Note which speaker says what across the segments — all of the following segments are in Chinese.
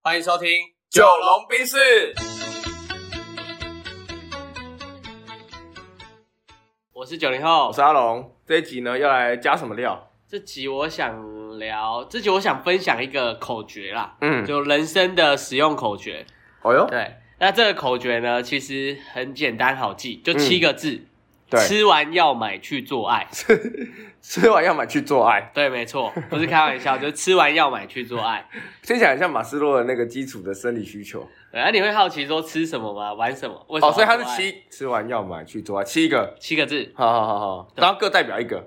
Speaker 1: 欢迎收听《
Speaker 2: 九龙冰室，
Speaker 1: 我是九零后
Speaker 2: 我。是阿龙。这一集呢，要来加什么料？
Speaker 1: 这集我想聊，这集我想分享一个口诀啦，
Speaker 2: 嗯，
Speaker 1: 就人生的使用口诀。
Speaker 2: 哦哟，
Speaker 1: 对，那这个口诀呢，其实很简单好记，就七个字：
Speaker 2: 嗯对，
Speaker 1: 吃完要买去做爱。
Speaker 2: 吃完要买去做爱，
Speaker 1: 对，没错，不是开玩 笑，就是吃完要买去做爱。
Speaker 2: 听起来很像马斯洛的那个基础的生理需求。
Speaker 1: 对，那你会好奇说吃什么吗？玩什么？为什么
Speaker 2: 哦，所以它
Speaker 1: 要
Speaker 2: 是
Speaker 1: 做爱
Speaker 2: 七，吃完要买去做爱，七个，
Speaker 1: 七个字。
Speaker 2: 好好好好，
Speaker 1: 对
Speaker 2: 然后各代表一个。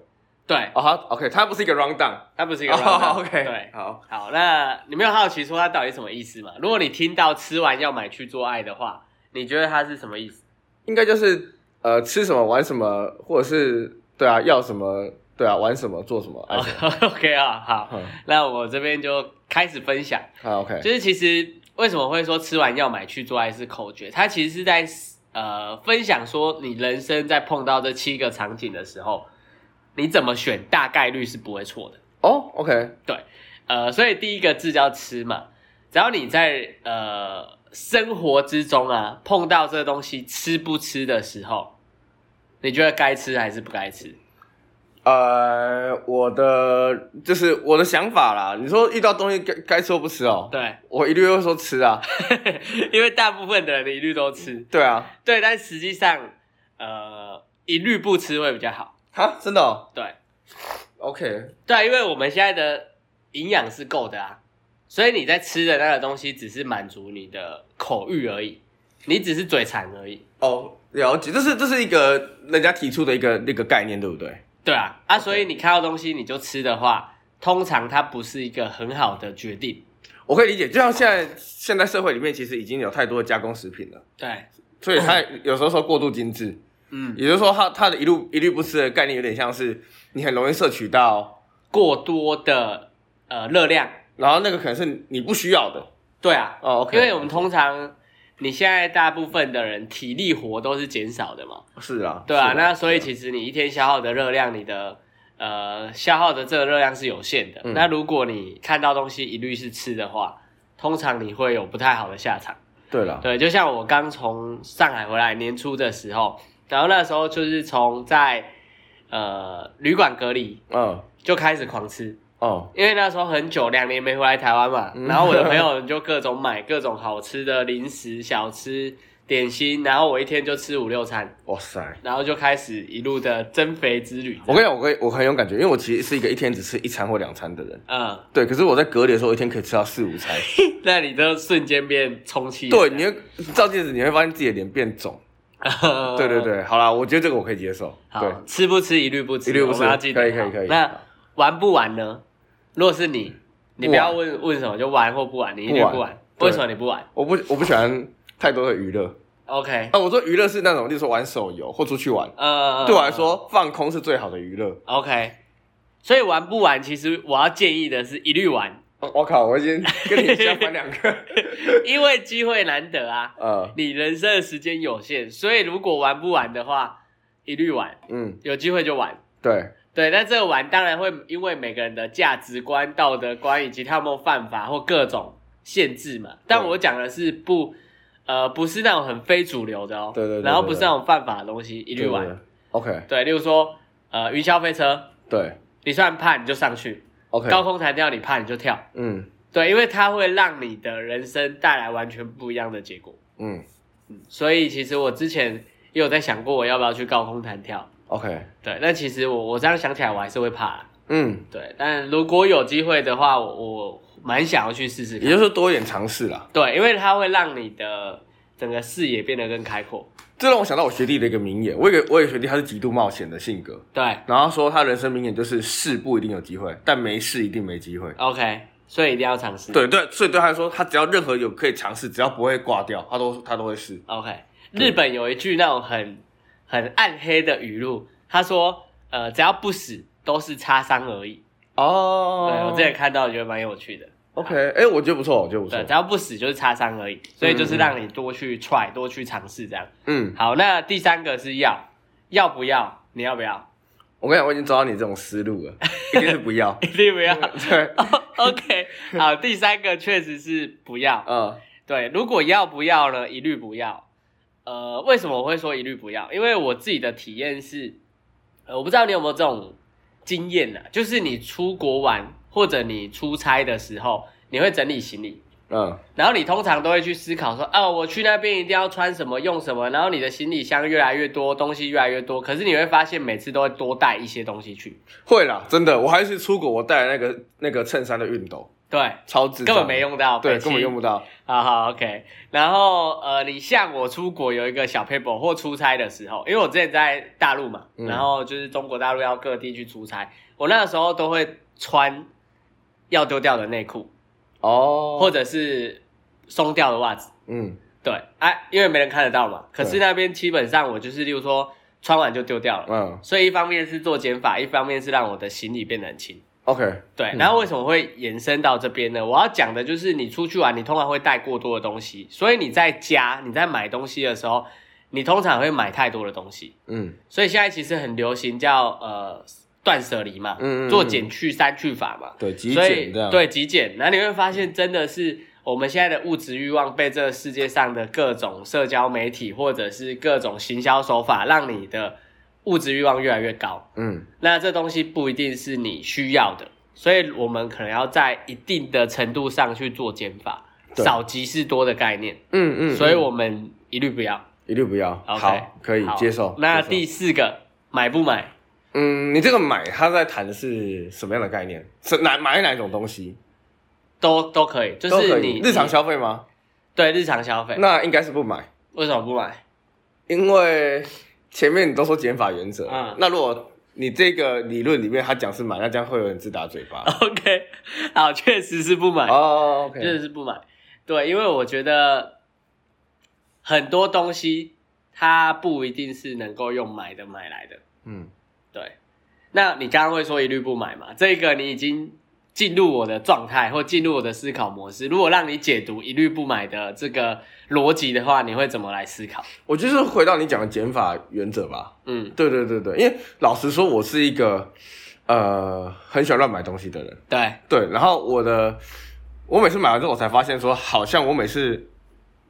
Speaker 1: 对，
Speaker 2: 哦，好，OK，它不是一个 round down，
Speaker 1: 它不是一个 round down，
Speaker 2: 哦，OK，
Speaker 1: 对，
Speaker 2: 好，
Speaker 1: 好，那你没有好奇说它到底什么意思吗？如果你听到吃完要买去做爱的话，你觉得它是什么意思？
Speaker 2: 应该就是呃，吃什么玩什么，或者是对啊，要什么对啊，玩什么做什么，爱什么
Speaker 1: OK 啊，好，
Speaker 2: 嗯
Speaker 1: 那我这边就开始分享，
Speaker 2: 好 OK，
Speaker 1: 就是其实为什么会说吃完要买去做爱是口诀，它其实是在呃分享说你人生在碰到这七个场景的时候，你怎么选，大概率是不会错的。
Speaker 2: 哦 OK，
Speaker 1: 呃，所以第一个字叫吃嘛，只要你在呃生活之中啊碰到这东西吃不吃的时候，你觉得该吃还是不该吃？
Speaker 2: 呃，我的就是我的想法啦。你说遇到东西该该吃或不吃哦，
Speaker 1: 对，
Speaker 2: 我一律会说吃啊。
Speaker 1: 因为大部分的人一律都吃，
Speaker 2: 对啊，
Speaker 1: 对，但实际上呃一律不吃会比较好，
Speaker 2: 哈，真的、哦、
Speaker 1: 对
Speaker 2: ，OK，
Speaker 1: 对，因为我们现在的营养是够的啊，所以你在吃的那个东西只是满足你的口欲而已，你只是嘴馋而已。
Speaker 2: 哦，了解，这是这是一个人家提出的一个那个概念，对不对？
Speaker 1: 对啊，啊，
Speaker 2: OK
Speaker 1: 所以你看到东西你就吃的话，通常它不是一个很好的决定。
Speaker 2: 我可以理解，就像现在现在社会里面其实已经有太多的加工食品了，
Speaker 1: 对，
Speaker 2: 所以它有时候说过度精致，
Speaker 1: 嗯，
Speaker 2: 也就是说它它的一路一律不吃的概念有点像是你很容易摄取到，
Speaker 1: 过多的呃热量，
Speaker 2: 然后那个可能是你不需要的。
Speaker 1: 对啊，
Speaker 2: 哦，OK，
Speaker 1: 因为我们通常你现在大部分的人体力活都是减少的嘛，
Speaker 2: 是啊，
Speaker 1: 对啊，
Speaker 2: 是
Speaker 1: 那所以其实你一天消耗的热量，你的呃消耗的这个热量是有限的。
Speaker 2: 嗯
Speaker 1: 那如果你看到东西一律是吃的话，通常你会有不太好的下场。
Speaker 2: 对了，
Speaker 1: 对，就像我刚从上海回来年初的时候，然后那时候就是从在呃旅馆隔离
Speaker 2: 嗯，
Speaker 1: 就开始狂吃，
Speaker 2: 哦。
Speaker 1: 因为那时候很久两年没回来台湾嘛，
Speaker 2: 嗯
Speaker 1: 然后我的朋 友就各种买各种好吃的零食、小吃、点心，然后我一天就吃五六餐，
Speaker 2: 哇塞！
Speaker 1: 然后就开始一路的增肥之旅。
Speaker 2: 我跟你讲，我跟我很有感觉，因为我其实是一个一天只吃一餐或两餐的人。
Speaker 1: 嗯，
Speaker 2: 对，可是我在隔离的时候，我一天可以吃到四 五餐。
Speaker 1: 那你就瞬间变充气。
Speaker 2: 对， 你会照镜子，你会发现自己的脸变肿。对对，对，好啦，我觉得这个我可以接受。对，
Speaker 1: 哦好，吃不吃一律不吃，
Speaker 2: 一律不
Speaker 1: 我
Speaker 2: 吃
Speaker 1: 们要记得
Speaker 2: 可以可以
Speaker 1: 好
Speaker 2: 可以
Speaker 1: 那
Speaker 2: 好
Speaker 1: 玩不玩呢？如果是你，你不
Speaker 2: 不玩
Speaker 1: 要问问什么，就玩或不玩，你一定
Speaker 2: 不玩
Speaker 1: 不玩。
Speaker 2: 对
Speaker 1: 为什么你不玩
Speaker 2: 我不我不喜欢太多的娱乐。
Speaker 1: ？OK，
Speaker 2: 啊，我说娱乐是那种，例如说玩手游或出去玩。
Speaker 1: 呃，
Speaker 2: 对我来说，放空是最好的娱乐。
Speaker 1: ，OK。所以玩不玩，其实我要建议的是一律 玩，
Speaker 2: 哦我靠，我已经跟你相反 两个。
Speaker 1: 因为机会难得啊，
Speaker 2: 呃，
Speaker 1: 你人生的时间有限，所以如果玩不玩的话，一律玩，
Speaker 2: 嗯，
Speaker 1: 有机会就玩。
Speaker 2: 对，
Speaker 1: 对，但这个玩当然会因为每个人的价值观、道德观以及他有没有犯法或各种限制嘛。但我讲的是不，呃，不是那种很非主流的哦。
Speaker 2: 对对对对
Speaker 1: 然后不是那种犯法的东西，一
Speaker 2: 一
Speaker 1: 律玩。。
Speaker 2: OK，
Speaker 1: 对，例如说，呃，云霄飞车，
Speaker 2: 对
Speaker 1: 你虽然怕你就上去，
Speaker 2: ，OK，
Speaker 1: 高空弹跳你怕你就跳。
Speaker 2: 嗯
Speaker 1: 对，因为它会让你的人生带来完全不一样的结果。
Speaker 2: 嗯
Speaker 1: 所以其实我之前也有在想过，我要不要去高空弹跳。
Speaker 2: ，OK，
Speaker 1: 对，但其实我我这样想起来，我还是会怕啦。
Speaker 2: 嗯，
Speaker 1: 对，但如果有机会的话，我我蛮想要去试试
Speaker 2: 也
Speaker 1: 看。
Speaker 2: 就是多一点尝试啦。
Speaker 1: 对，因为它会让你的整个视野变得更开阔。
Speaker 2: 这让我想到我学弟的一个名言，我有一个我有一个学弟，他是极度冒险的性格，
Speaker 1: 对
Speaker 2: 然后他说他人生名言就是试不一定有机会，但没试一定没机会。
Speaker 1: ，OK，所以一定要尝试。
Speaker 2: 对对，所以对他来说，他只要任何有可以尝试，只要不会挂掉，他都他都会试。
Speaker 1: ，OK。日本有一句那种很很暗黑的语录，他说：“呃，只要不死，都是擦伤而已。
Speaker 2: 哦
Speaker 1: 对我之前看到，觉得蛮有趣的。
Speaker 2: OK，哎、我觉得不错，我觉得不错
Speaker 1: 对，。只要不死就是擦伤而已，所以就是让你多去 try，多去尝试这样。
Speaker 2: 嗯，
Speaker 1: 好，那第三个是要要不要？你要不要？ 。
Speaker 2: 我跟你讲，我已经找到你这种思路了，一定是不要
Speaker 1: 一定不要。
Speaker 2: 对，
Speaker 1: OK，好，第三个确实是不要。
Speaker 2: 嗯
Speaker 1: 对，如果要不要呢？一律不要。呃，为什么我会说一律不要？因为我自己的体验是，呃，我不知道你有没有这种经验啊，就是你出国玩或者你出差的时候，你会整理行李，
Speaker 2: 嗯
Speaker 1: 然后你通常都会去思考说，哦，我去那边一定要穿什么、用什么，然后你的行李箱越来越多，东西越来越多，可是你会发现每次都会多带一些东西去，
Speaker 2: 会啦，真的，我还是出国，我带了那个那个衬衫的熨斗，
Speaker 1: 对，
Speaker 2: 超智
Speaker 1: 根
Speaker 2: 障
Speaker 1: 本没，用到，
Speaker 2: 对，
Speaker 1: 北七
Speaker 2: 根本用不到，
Speaker 1: 好好，OK。然后呃，你像我出国有一个小 paper 或出差的时候，因为我之前在大陆嘛，
Speaker 2: 嗯
Speaker 1: 然后就是中国大陆要各地去出差，我那时候都会穿要丢掉的内裤，
Speaker 2: 哦，
Speaker 1: 或者是松掉的袜子。
Speaker 2: 嗯
Speaker 1: 对，哎、因为没人看得到嘛。可是
Speaker 2: 对
Speaker 1: 那边基本上我就是，例如说穿完就丢掉了。
Speaker 2: 嗯
Speaker 1: 所以一方面是做减法，一方面是让我的行李变得很轻。
Speaker 2: ，OK，
Speaker 1: 对，
Speaker 2: 嗯
Speaker 1: 然后为什么会延伸到这边呢？我要讲的就是，你出去玩，你通常会带过多的东西，所以你在家你在买东西的时候，你通常会买太多的东西。
Speaker 2: 嗯
Speaker 1: 所以现在其实很流行叫呃断舍离嘛，
Speaker 2: 嗯嗯嗯
Speaker 1: 做减去删去法嘛，
Speaker 2: 对，极
Speaker 1: 所以
Speaker 2: 简这样，，
Speaker 1: 对极简，然后你会发现真的是我们现在的物质欲望被这个世界上的各种社交媒体或者是各种行销手法，让你的物质欲望越来越高。
Speaker 2: 嗯
Speaker 1: 那这东西不一定是你需要的，所以我们可能要在一定的程度上去做减法，
Speaker 2: 对
Speaker 1: 少即是多的概念。
Speaker 2: 嗯嗯，
Speaker 1: 所以
Speaker 2: 嗯
Speaker 1: 我们一律不要。
Speaker 2: 一律不要，
Speaker 1: OK，
Speaker 2: 好，可以
Speaker 1: 好
Speaker 2: 接受。
Speaker 1: 那
Speaker 2: 接受
Speaker 1: 第四个，买不买？
Speaker 2: 嗯，你这个买，他在谈的是什么样的概念？是哪买哪种东西？
Speaker 1: 都都可以，就
Speaker 2: 都可
Speaker 1: 是
Speaker 2: 以
Speaker 1: 你
Speaker 2: 日常
Speaker 1: 你
Speaker 2: 消费吗？
Speaker 1: 对日常消费，
Speaker 2: 那应该是不买，
Speaker 1: 为什么不买？
Speaker 2: 因为前面你都说减法原则，
Speaker 1: 嗯
Speaker 2: 那如果你这个理论里面他讲是买，那这样会有人自打嘴 巴。
Speaker 1: OK，好，确实是不买，
Speaker 2: 哦，OK，
Speaker 1: 确实是不买。对，因为我觉得很多东西它不一定是能够用买的买来的。
Speaker 2: 嗯，
Speaker 1: 对，那你刚刚会说一律不买嘛？这个你已经进入我的状态或进入我的思考模式。如果让你解读一律不买的这个逻辑的话，你会怎么来思考？
Speaker 2: 我就是回到你讲的减法原则吧。
Speaker 1: 嗯，
Speaker 2: 对对对对，因为老实说，我是一个呃很喜欢乱买东西的人。
Speaker 1: 对，
Speaker 2: 对，然后我的，我每次买完之后，我才发现说，好像我每次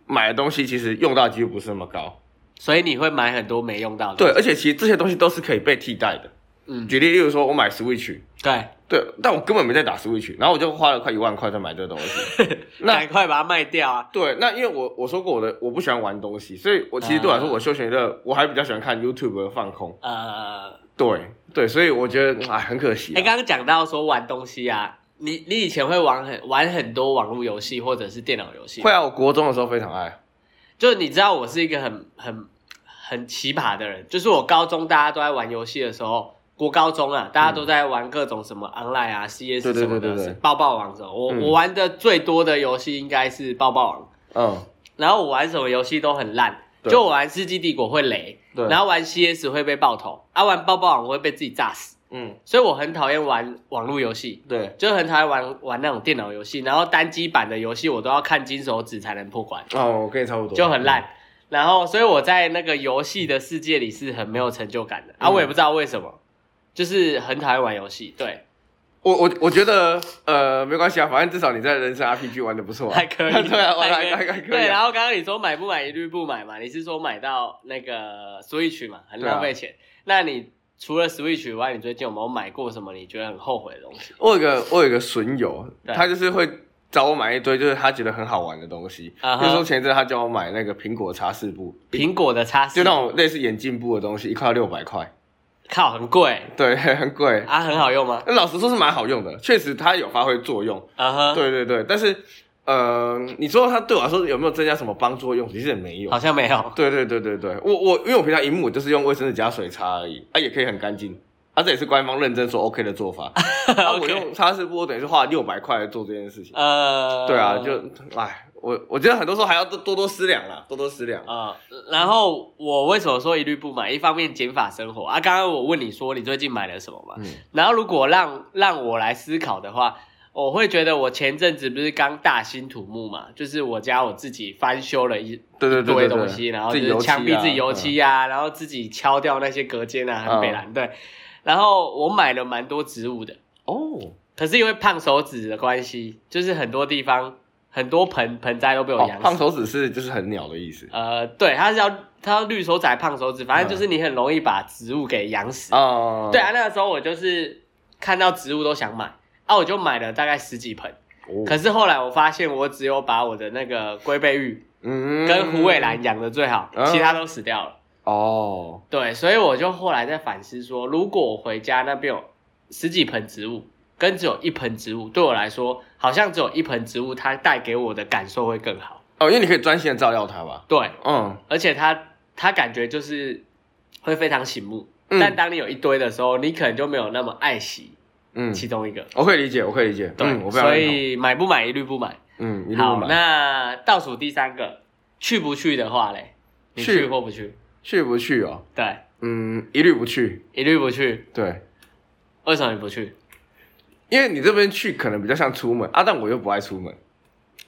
Speaker 2: 买的东西其实用到的几率不是那么高。
Speaker 1: 所以你会买很多没用到的。
Speaker 2: 对，，而且其实这些东西都是可以被替代的。
Speaker 1: 嗯，
Speaker 2: 举例，例如说我买 Switch，
Speaker 1: 对，
Speaker 2: 对，但我根本没在打 Switch，然后我就花了快一万块在买这个东 西。那
Speaker 1: 赶快把它卖掉啊！
Speaker 2: 对，那因为我我说过我的我不喜欢玩东西，所以我其实对我来说，
Speaker 1: 啊
Speaker 2: 我休闲娱乐我还比较喜欢看 YouTube 和放空。
Speaker 1: 呃，
Speaker 2: 对对，所以我觉得哎很可惜啊、
Speaker 1: 哎，刚刚讲到说玩东西啊，你你以前会玩很玩很多网络游戏或者是电脑游戏吗，
Speaker 2: 会啊，我国中的时候非常爱。
Speaker 1: 就是你知道我是一个很很很奇葩的人，就是我高中大家都在玩游戏的时候，国高中啊，大家都在玩各种什么 online 啊、CS
Speaker 2: 对对
Speaker 1: 什么的，
Speaker 2: 对对对
Speaker 1: 抱抱网什么。我、
Speaker 2: 嗯
Speaker 1: 我玩的最多的游戏应该是抱抱网，
Speaker 2: 嗯，
Speaker 1: 然后我玩什么游戏都很烂，
Speaker 2: 对
Speaker 1: 就我玩世纪帝国会雷，
Speaker 2: 对，
Speaker 1: 然
Speaker 2: 后
Speaker 1: 后玩 CS 会被爆头，啊玩抱抱网我会被自己炸死，
Speaker 2: 嗯，
Speaker 1: 所以我很讨厌玩网络游戏。
Speaker 2: 对
Speaker 1: 就很讨厌玩玩那种电脑游戏，然后单机版的游戏我都要看金手指才能破关。
Speaker 2: 哦，我跟你差不多，
Speaker 1: 就很烂。然后，所以我在那个游戏的世界里是很没有成就感的啊，
Speaker 2: 嗯
Speaker 1: 我也不知道为什么，就是很讨厌玩游戏，对，
Speaker 2: 我我我觉得呃没关系啊，反正至少你在人生 RPG 玩的不错、啊，
Speaker 1: 还可以，
Speaker 2: 对啊，玩得
Speaker 1: 还
Speaker 2: 还还
Speaker 1: 可以
Speaker 2: 还可以、啊。
Speaker 1: 对，然后刚刚你说买不买一律不买嘛，你是说买到那个 Switch 嘛，很浪费
Speaker 2: 啊
Speaker 1: 钱。那你除了 Switch 以外，你最近有没有买过什么你觉得很后悔的东西？
Speaker 2: 我有个我有个损友，
Speaker 1: 对
Speaker 2: 他就是会找我买一堆就是他觉得很好玩的东西。
Speaker 1: 啊
Speaker 2: 比如说
Speaker 1: 哈，
Speaker 2: 前一阵他叫我买那个苹果茶室布，
Speaker 1: 苹果的叉
Speaker 2: 就
Speaker 1: 四
Speaker 2: 那，种类似眼镜布的东西，一块六百块，
Speaker 1: 靠，很贵
Speaker 2: 对， 很贵。
Speaker 1: 啊，很好用吗？
Speaker 2: 那老实说是蛮好用的，确实它有发挥作用。
Speaker 1: 啊哈，
Speaker 2: 对对对，但是呃，你说它对我来说有没有增加什么帮助或用处？其实也没有
Speaker 1: 好。像没有，
Speaker 2: 对对对对对，我我因为我平常荧幕我就是用卫生纸加水擦而已，啊也可以很干净，啊这也是官方认真说 OK 的做法。啊我
Speaker 1: OK
Speaker 2: 用擦拭布，我等于是花了六百块来做这件事情。
Speaker 1: 呃，
Speaker 2: 对啊，就哎，我我觉得很多时候还要多多多思量啦，多多思量。
Speaker 1: 啊、然后我为什么说一律不买？一方面减法生活啊，刚刚我问你说你最近买了什么嘛？
Speaker 2: 嗯
Speaker 1: 然后如果让让我来思考的话，我会觉得我前阵子不是刚大兴土木嘛，就是我家我自己翻修了一
Speaker 2: 对对对对
Speaker 1: 一堆东西，然后就是墙壁自己油，
Speaker 2: 嗯
Speaker 1: 漆啊，然后自己敲掉那些隔间啊，很北蓝、对。然后我买了蛮多植物的，
Speaker 2: 嗯哦，
Speaker 1: 可是因为胖手指的关系，就是很多地方很多盆盆栽都被我
Speaker 2: 哦
Speaker 1: 养，死。
Speaker 2: 胖手指是就是很鸟的意思
Speaker 1: 呃，对，它是要它要绿手仔胖手指，反正
Speaker 2: 嗯
Speaker 1: 就是你很容易把植物给养死。
Speaker 2: 啊。
Speaker 1: 对啊，那个时候我就是看到植物都想买，啊，我就买了大概十几盆。
Speaker 2: 哦，
Speaker 1: 可是后来我发现，我只有把我的那个龟背玉
Speaker 2: 嗯
Speaker 1: 跟虎尾兰养的最好，
Speaker 2: 嗯
Speaker 1: 其他都死掉了。
Speaker 2: 哦，
Speaker 1: 对，所以我就后来在反思说，如果我回家那边有十几盆植物，跟只有一盆植物，对我来说，好像只有一盆植物，它带给我的感受会更好。
Speaker 2: 哦，因为你可以专心的照料它吧。
Speaker 1: 对，
Speaker 2: 嗯，
Speaker 1: 而且它它感觉就是会非常醒目。
Speaker 2: 嗯
Speaker 1: 但当你有一堆的时候，你可能就没有那么爱惜
Speaker 2: 嗯，
Speaker 1: 其中一个。
Speaker 2: 我可以理解，我可以理解。
Speaker 1: 对，
Speaker 2: 嗯我非常
Speaker 1: 所
Speaker 2: 认同。
Speaker 1: 以买不买一律不买。
Speaker 2: 嗯，一路
Speaker 1: 好，
Speaker 2: 买。
Speaker 1: 那倒数第三个，去不去的话嘞？你
Speaker 2: 去
Speaker 1: 去或不去？
Speaker 2: 去不去哦？
Speaker 1: 对，
Speaker 2: 嗯，一律不去。
Speaker 1: 一律不去。
Speaker 2: 对，
Speaker 1: 为什么你不去
Speaker 2: 因为你这边去可能比较像出门啊，但我又不爱出门。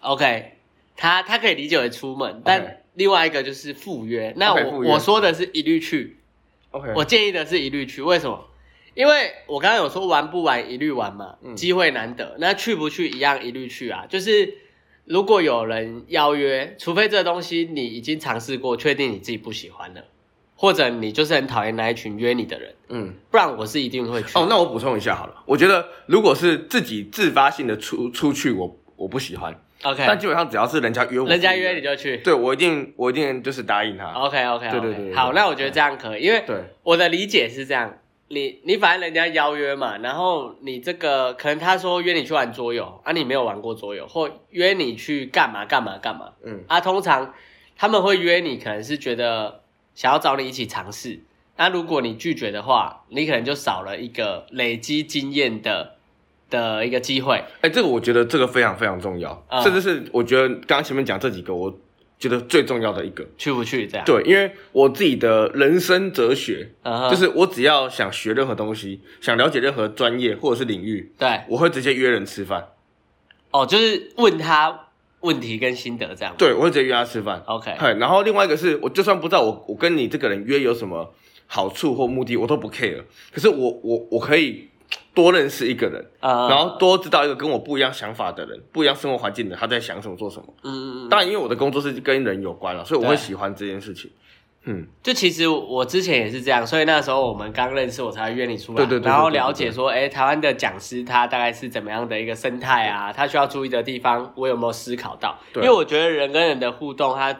Speaker 1: ？OK，他他可以理解为出门，但另外一个就是赴约。那
Speaker 2: OK，
Speaker 1: 我
Speaker 2: 赴约
Speaker 1: 我说的是一律去，
Speaker 2: OK，
Speaker 1: 我建议的是一律去。为什么？因为我刚刚有说玩不玩一律玩嘛，
Speaker 2: 嗯
Speaker 1: 机会难得，那去不去一样一律去啊。就是如果有人邀约，除非这东西你已经尝试过，确定你自己不喜欢了，或者你就是很讨厌那一群约你的人，
Speaker 2: 嗯。
Speaker 1: 不然我是一定会去。
Speaker 2: 哦，那我补充一下好了，我觉得如果是自己自发性的出出去，我我不喜欢，但
Speaker 1: ，OK，
Speaker 2: 基本上只要是人家约我，
Speaker 1: 人家约你，就去。
Speaker 2: 对我一定我一定就是答应他。
Speaker 1: OK OK，
Speaker 2: 对对对对
Speaker 1: 好，那我觉得这样可以，因为
Speaker 2: 对，
Speaker 1: 我的理解是这样，你你反正人家邀约嘛，然后你这个可能他说约你去玩桌游啊，你没有玩过桌游，或约你去干嘛干嘛干嘛
Speaker 2: 嗯
Speaker 1: 啊，通常他们会约你，可能是觉得想要找你一起尝试。那如果你拒绝的话，你可能就少了一个累积经验的的一个机会。
Speaker 2: 哎、这个我觉得这个非常非常重要，
Speaker 1: 嗯
Speaker 2: 甚至是我觉得刚刚前面讲这几个，我觉得最重要的一个，
Speaker 1: 去不去这样？，
Speaker 2: 对，因为我自己的人生哲学。
Speaker 1: 嗯哼、
Speaker 2: 就是我只要想学任何东西，想了解任何专业或者是领域，
Speaker 1: 对
Speaker 2: 我会直接约人吃饭。
Speaker 1: 哦，就是问他问题跟心得这样。
Speaker 2: 对，我会直接约他吃饭。
Speaker 1: ，OK，
Speaker 2: 嗨，然后另外一个是我就算不知道我我跟你这个人约有什么好处或目的，我都不 care。可是我我我可以多认识一个人，
Speaker 1: 呃，
Speaker 2: 然后多知道一个跟我不一样想法的人，不一样生活环境的，他在想什么做什么。
Speaker 1: 嗯嗯嗯，
Speaker 2: 当然，因为我的工作是跟人有关了，所以我会
Speaker 1: 对
Speaker 2: 喜欢这件事情。嗯，
Speaker 1: 就其实我之前也是这样，所以那时候我们刚认识，我才会约你出来，
Speaker 2: 对对对对
Speaker 1: 然后
Speaker 2: 对对
Speaker 1: 了解说，哎，台湾的讲师他大概是怎么样的一个生态啊，他需要注意的地方，我有没有思考到？因
Speaker 2: 对
Speaker 1: 为我觉得人跟人的互动，他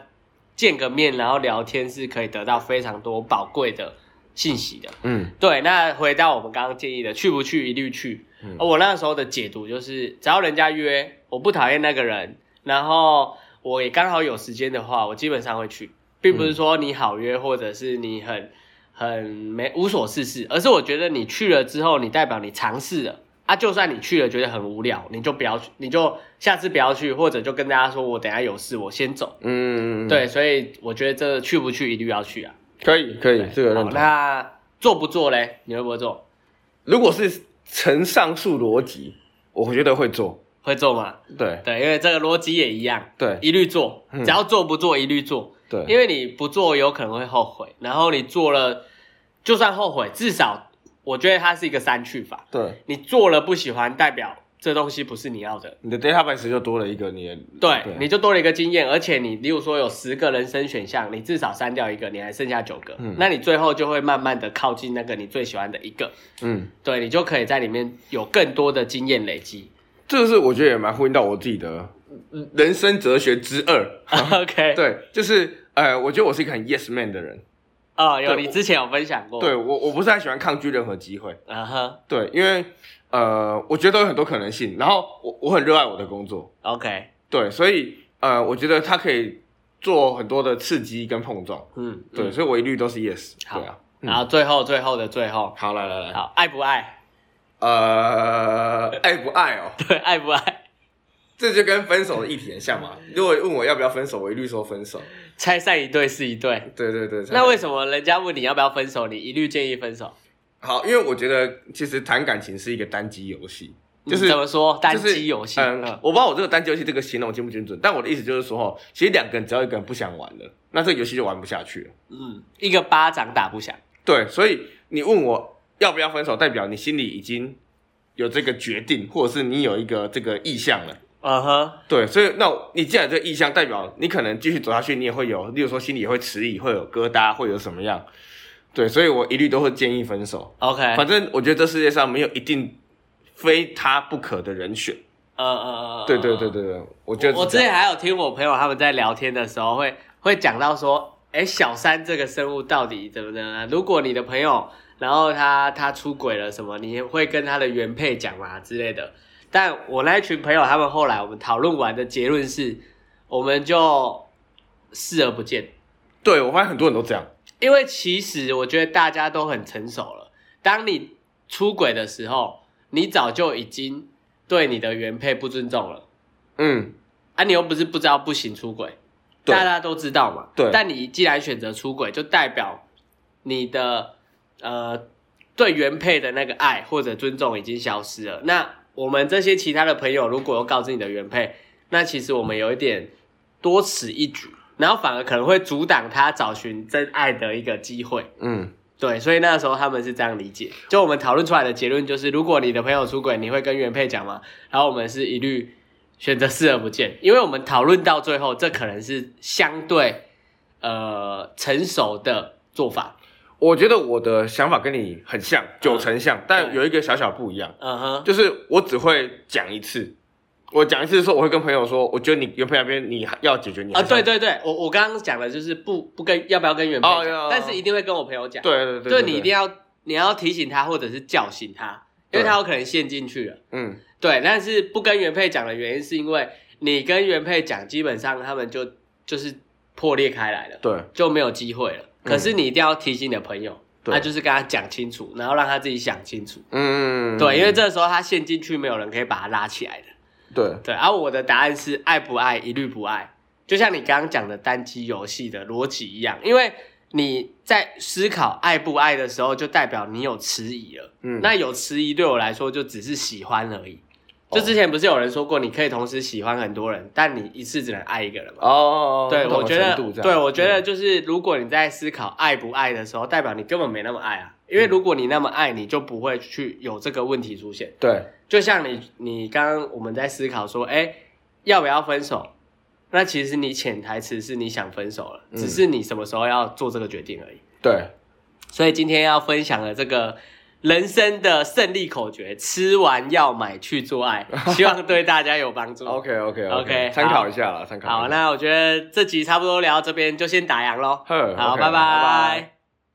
Speaker 1: 见个面然后聊天是可以得到非常多宝贵的信息的。
Speaker 2: 嗯
Speaker 1: 对，那回到我们刚刚建议的，去不去一律去。哦
Speaker 2: 嗯
Speaker 1: 而我那时候的解读就是，只要人家约，我不讨厌那个人，然后我也刚好有时间的话，我基本上会去，并不是说你好约，或者是你很很没无所事事，而是我觉得你去了之后，你代表你尝试了。啊，就算你去了觉得很无聊，你就不要去，你就下次不要去，或者就跟大家说我等一下有事，我先走。
Speaker 2: 嗯，嗯，
Speaker 1: 对，所以我觉得这去不去一律要去啊。
Speaker 2: 可以可以，这个认
Speaker 1: 好
Speaker 2: 同。
Speaker 1: 那做不做嘞？你会不会做？
Speaker 2: 如果是呈上述逻辑，我觉得会做。
Speaker 1: 会做嘛？
Speaker 2: 对
Speaker 1: 对，因为这个逻辑也一样，
Speaker 2: 对
Speaker 1: 一律做，
Speaker 2: 嗯
Speaker 1: 只要做不做一律做，
Speaker 2: 对，
Speaker 1: 因为你不做有可能会后悔，然后你做了，就算后悔，至少我觉得它是一个删去法，
Speaker 2: 对
Speaker 1: 你做了不喜欢，代表这东西不是你要的。
Speaker 2: 你的 database 就多了一个你的。
Speaker 1: 对，
Speaker 2: 对
Speaker 1: 你就多了一个经验，而且你，例如说有十个人生选项，你至少删掉一个，你还剩下九个，
Speaker 2: 嗯
Speaker 1: 那你最后就会慢慢的靠近那个你最喜欢的一个，
Speaker 2: 嗯，
Speaker 1: 对你就可以在里面有更多的经验累积。
Speaker 2: 这个是我觉得也蛮呼应到我自己的嗯人生哲学之二。
Speaker 1: OK，
Speaker 2: 啊对，就是呃，我觉得我是一个很 yes man 的人。
Speaker 1: 哦，有
Speaker 2: 对
Speaker 1: 你
Speaker 2: 我
Speaker 1: 之前有分享过，
Speaker 2: 对我，我不是很喜欢抗拒任何机会。
Speaker 1: 啊哈
Speaker 2: 对，因为呃，我觉得有很多可能性，然后我我很热爱我的工作。
Speaker 1: ，OK，
Speaker 2: 对，所以呃，我觉得它可以做很多的刺激跟碰撞。
Speaker 1: 嗯，
Speaker 2: 对，
Speaker 1: 嗯
Speaker 2: 所以我一律都是 yes。
Speaker 1: 好
Speaker 2: 对啊，嗯
Speaker 1: 然后最后最后的最后，
Speaker 2: 好，来来来，
Speaker 1: 好，爱不爱？
Speaker 2: 呃，爱不爱哦？
Speaker 1: 对，爱不爱？
Speaker 2: 这就跟分手的议题很像 嘛。如果问我要不要分手，我一律说分手。
Speaker 1: 拆散一对是一对。
Speaker 2: 对对对，
Speaker 1: 那为
Speaker 2: 么？
Speaker 1: 什么人家问你要不要分手，你一律建议分手？
Speaker 2: 好，因为我觉得其实谈感情是一个单机游戏，就是
Speaker 1: 嗯怎么说单
Speaker 2: 就是
Speaker 1: 机游戏？
Speaker 2: 嗯
Speaker 1: 嗯，
Speaker 2: 我不知道我这个单机游戏这个形容精不精准，但我的意思就是说，哦，其实两个人只要一个人不想玩了，那这个游戏就玩不下去了。
Speaker 1: 嗯，一个巴掌打不响。
Speaker 2: 对，所以你问我要不要分手，代表你心里已经有这个决定，或者是你有一个这个意向了。
Speaker 1: 嗯哼，
Speaker 2: 对，所以那我你既然有这个意向，代表你可能继续走下去，你也会有，例如说心里也会迟疑，会有疙瘩，会有什么样？对，所以我一律都会建议分手。
Speaker 1: ，OK，嗯
Speaker 2: 反正我觉得这世界上没有一定非他不可的人选。
Speaker 1: 嗯嗯嗯，
Speaker 2: 对对
Speaker 1: 嗯
Speaker 2: 对。对对，我觉得
Speaker 1: 我我
Speaker 2: 是
Speaker 1: 之
Speaker 2: 这样
Speaker 1: 前还有听我朋友他们在聊天的时候会会讲到说，哎，小三这个生物到底怎么的呢？如果你的朋友，然后他他出轨了什么，你会跟他的原配讲吗之类的？但我那一群朋友他们后来我们讨论完的结论是，我们就视而不见，
Speaker 2: 对我发现很多人都这样。
Speaker 1: 因为其实我觉得大家都很成熟了。当你出轨的时候，你早就已经对你的原配不尊重了。
Speaker 2: 嗯，
Speaker 1: 啊，你又不是不知道不行出轨，
Speaker 2: 对
Speaker 1: 大家都知道嘛。
Speaker 2: 对
Speaker 1: 但你既然选择出轨，就代表你的呃对原配的那个爱或者尊重已经消失了。那我们这些其他的朋友，如果要告知你的原配，那其实我们有一点多此一举，然后反而可能会阻挡他找寻真爱的一个机会。
Speaker 2: 嗯，
Speaker 1: 对，所以那时候他们是这样理解。就我们讨论出来的结论就是，如果你的朋友出轨，你会跟原配讲吗？然后我们是一律选择视而不见，因为我们讨论到最后，这可能是相对呃成熟的做法。
Speaker 2: 我觉得我的想法跟你很像，九成像，但
Speaker 1: 对
Speaker 2: 有一个小小不一样，
Speaker 1: 嗯哼，
Speaker 2: 就是我只会讲一次。我讲一次的时候，我会跟朋友说，我觉得你原配那边你还要解决你
Speaker 1: 啊，
Speaker 2: 还是要
Speaker 1: 对对对，我我刚刚讲的就是不不跟要不要跟原配
Speaker 2: 哦
Speaker 1: 讲，
Speaker 2: 要
Speaker 1: 但是一定会跟我朋友讲。，
Speaker 2: 对对对
Speaker 1: 就你一定要你要提醒他或者是叫醒他，因为
Speaker 2: 对
Speaker 1: 他有可能陷进去了。
Speaker 2: 嗯
Speaker 1: 对，但是不跟原配讲的原因是因为你跟原配讲，基本上他们就就是破裂开来了，
Speaker 2: 对
Speaker 1: 就没有机会了。可是你一定要提醒你的朋友，
Speaker 2: 嗯对
Speaker 1: 他就是跟他讲清楚，然后让他自己想清楚。
Speaker 2: 嗯
Speaker 1: 对，因为这时候他陷进去，没有人可以把他拉起来的。
Speaker 2: 对
Speaker 1: 对，而、啊我的答案是爱不爱一律不爱，就像你刚刚讲的单机游戏的逻辑一样，因为你在思考爱不爱的时候，就代表你有迟疑了。
Speaker 2: 嗯
Speaker 1: 那有迟疑对我来说就只是喜欢而已。就
Speaker 2: 哦
Speaker 1: 之前不是有人说过，你可以同时喜欢很多人，但你一次只能爱一个人嘛？
Speaker 2: 哦，
Speaker 1: 对，
Speaker 2: 不同
Speaker 1: 我
Speaker 2: 的
Speaker 1: 觉得
Speaker 2: 程度这，样嗯
Speaker 1: 对我觉得就是，如果你在思考爱不爱的时候，代表你根本没那么爱啊。因
Speaker 2: 嗯
Speaker 1: 为如果你那么爱，你就不会去有这个问题出现。
Speaker 2: 对
Speaker 1: 就像你，你刚刚我们在思考说，哎，要不要分手？那其实你潜台词是你想分手了，
Speaker 2: 嗯
Speaker 1: 只是你什么时候要做这个决定而已。
Speaker 2: 对，
Speaker 1: 所以今天要分享的这个人生的胜利口诀：吃完药买去做 爱，希望对大家有帮助。
Speaker 2: OK OK
Speaker 1: OK，
Speaker 2: 参
Speaker 1: 好
Speaker 2: 考一下啦，参考一下。
Speaker 1: 好，那我觉得这集差不多聊到这边，就先打烊喽。
Speaker 2: 呵
Speaker 1: 好，
Speaker 2: 呃 OK，
Speaker 1: 拜拜
Speaker 2: 拜拜